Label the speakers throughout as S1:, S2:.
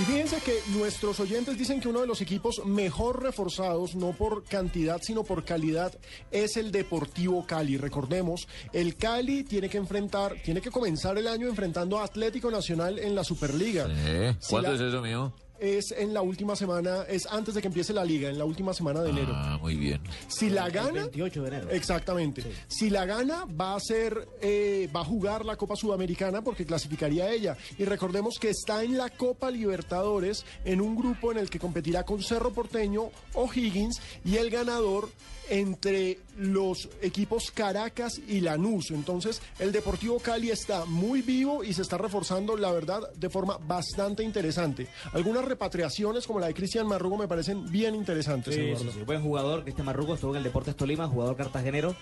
S1: Y fíjense que nuestros oyentes dicen que uno de los equipos mejor reforzados, no por cantidad, sino por calidad, es el Deportivo Cali. Recordemos, el Cali tiene que enfrentar, tiene que comenzar el año enfrentando a Atlético Nacional en la Superliga.
S2: ¿Eh?
S1: Si
S2: ¿Cuándo
S1: la-
S2: es eso, mío?
S1: Es en la última semana, es antes de que empiece la liga, en la última semana de enero.
S2: Ah, muy bien.
S1: Si la gana,
S3: 28 de enero.
S1: Exactamente. Si la gana, va a ser, eh, va a jugar la Copa Sudamericana porque clasificaría a ella. Y recordemos que está en la Copa Libertadores, en un grupo en el que competirá con Cerro Porteño o Higgins y el ganador entre los equipos Caracas y Lanús. Entonces, el Deportivo Cali está muy vivo y se está reforzando, la verdad, de forma bastante interesante. Algunas repatriaciones, como la de Cristian Marrugo, me parecen bien interesantes.
S3: Sí,
S1: Eduardo.
S3: sí, sí. Buen jugador, Cristian Marrugo, estuvo en el Deportes Tolima, jugador cartagenero,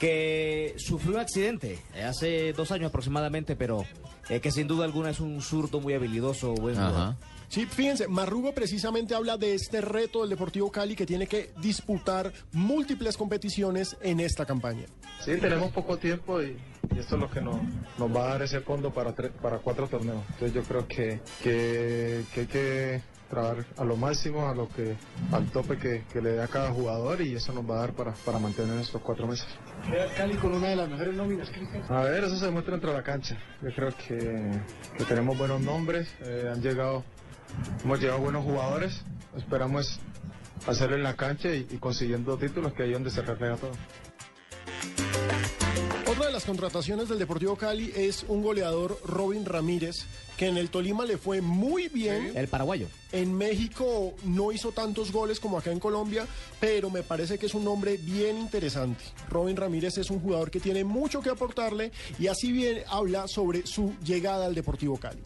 S3: que sufrió un accidente eh, hace dos años aproximadamente, pero eh, que sin duda alguna es un zurdo muy habilidoso, buen jugador.
S2: Ajá.
S1: Sí, fíjense, Marrugo precisamente habla de este reto del Deportivo Cali que tiene que disputar múltiples competiciones en esta campaña.
S4: Sí, tenemos poco tiempo y, y esto es lo que nos, nos va a dar ese fondo para, tres- para cuatro torneos. Entonces yo creo que, que, que hay que trabajar a lo máximo, a lo que, al tope que, que le dé a cada jugador y eso nos va a dar para, para mantener estos cuatro meses. Cali con una de las mejores nóminas, A ver, eso se demuestra dentro de la cancha. Yo creo que, que tenemos buenos nombres, eh, han llegado, hemos llegado buenos jugadores, esperamos hacerlo en la cancha y, y consiguiendo títulos que ahí es donde se refleja todo.
S1: Otra de las contrataciones del Deportivo Cali es un goleador Robin Ramírez, que en el Tolima le fue muy bien.
S3: El paraguayo.
S1: En México no hizo tantos goles como acá en Colombia, pero me parece que es un hombre bien interesante. Robin Ramírez es un jugador que tiene mucho que aportarle y así bien habla sobre su llegada al Deportivo Cali.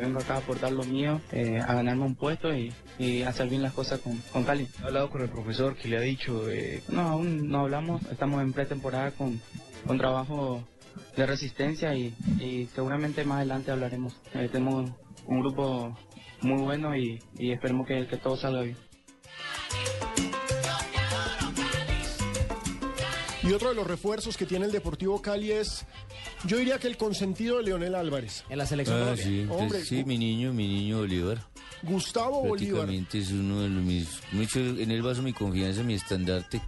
S5: Vengo acá a aportar lo mío, eh, a ganarme un puesto y, y hacer bien las cosas con, con Cali.
S4: He hablado con el profesor que le ha dicho, eh,
S5: No, aún no hablamos, estamos en pretemporada con, con trabajo de resistencia y, y seguramente más adelante hablaremos. Eh, tenemos un grupo muy bueno y, y esperemos que, que todo salga bien.
S1: Y otro de los refuerzos que tiene el Deportivo Cali es, yo diría que el consentido de Leonel Álvarez,
S3: En la selección
S2: Ah,
S3: Colombia.
S2: sí, pues
S1: Hombre,
S2: sí,
S1: cu-
S2: mi niño, mi niño Bolívar.
S1: Gustavo Bolívar.
S2: Prácticamente es uno de los mis. Mucho, en él baso mi confianza, mi estandarte.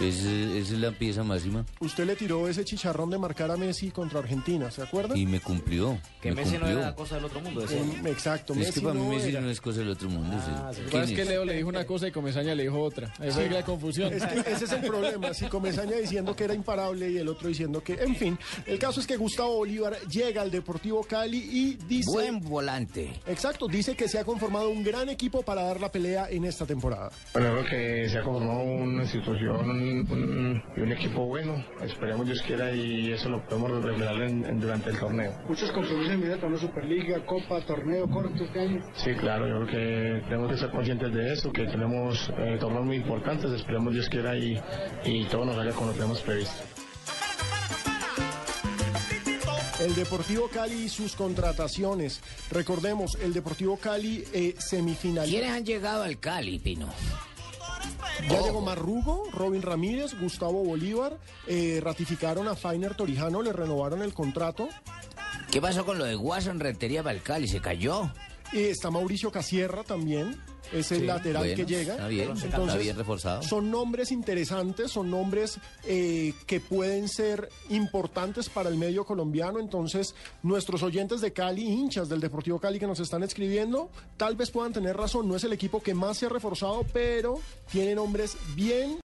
S2: Es, eh, esa es la pieza máxima.
S1: Usted le tiró ese chicharrón de marcar a Messi contra Argentina, ¿se acuerda?
S2: Y me cumplió.
S3: Que
S2: me
S3: Messi
S2: cumplió.
S3: no era cosa del otro mundo, decía.
S1: Eh, Exacto,
S2: es
S1: Messi
S2: que para mí
S1: no
S2: Messi
S1: era.
S2: no es cosa del otro mundo.
S6: Ah,
S2: sí.
S3: sí.
S2: ¿Quién
S7: Es que
S2: es?
S7: Leo le dijo una cosa y Comesaña le dijo otra. Esa es la confusión.
S1: Es que ese es el problema. Si Comesaña diciendo que era imparable y el otro diciendo que, en fin, el caso es que Gustavo Bolívar llega al Deportivo Cali y dice,
S3: volante.
S1: exacto, dice que se ha conformado un gran equipo para dar la pelea en esta temporada.
S4: Bueno, creo que se ha conformado una institución un- y un equipo bueno. Esperemos Dios quiera y eso lo podemos revelar en- en- durante el torneo.
S1: Muchos compromisos inmediatos, ¿no? Superliga, Copa, torneo corto este año.
S4: Sí, claro, yo creo que tenemos que ser conscientes de eso, que tenemos eh, torneos muy importantes. Esperemos Dios quiera y, y todo nos salga como lo tenemos previsto.
S1: El Deportivo Cali y sus contrataciones. Recordemos, el Deportivo Cali eh, semifinal.
S6: han llegado al Cali, Pino?
S1: Ya llegó Marrugo, Robin Ramírez, Gustavo Bolívar. eh, ratificaron a Fainer Torijano, le renovaron el contrato.
S6: ¿Qué pasó con lo de Guasón Rentería para el Cali? ¿Se cayó?
S1: Y está Mauricio Casierra también. Es el lateral
S2: bueno,
S1: que llega.
S2: está bien, está bien reforzado.
S1: Son nombres interesantes, son nombres eh, que pueden ser importantes para el medio colombiano. Entonces, nuestros oyentes de Cali, hinchas del Deportivo Cali que nos están escribiendo, tal vez puedan tener razón. No es el equipo que más se ha reforzado, pero tiene nombres bien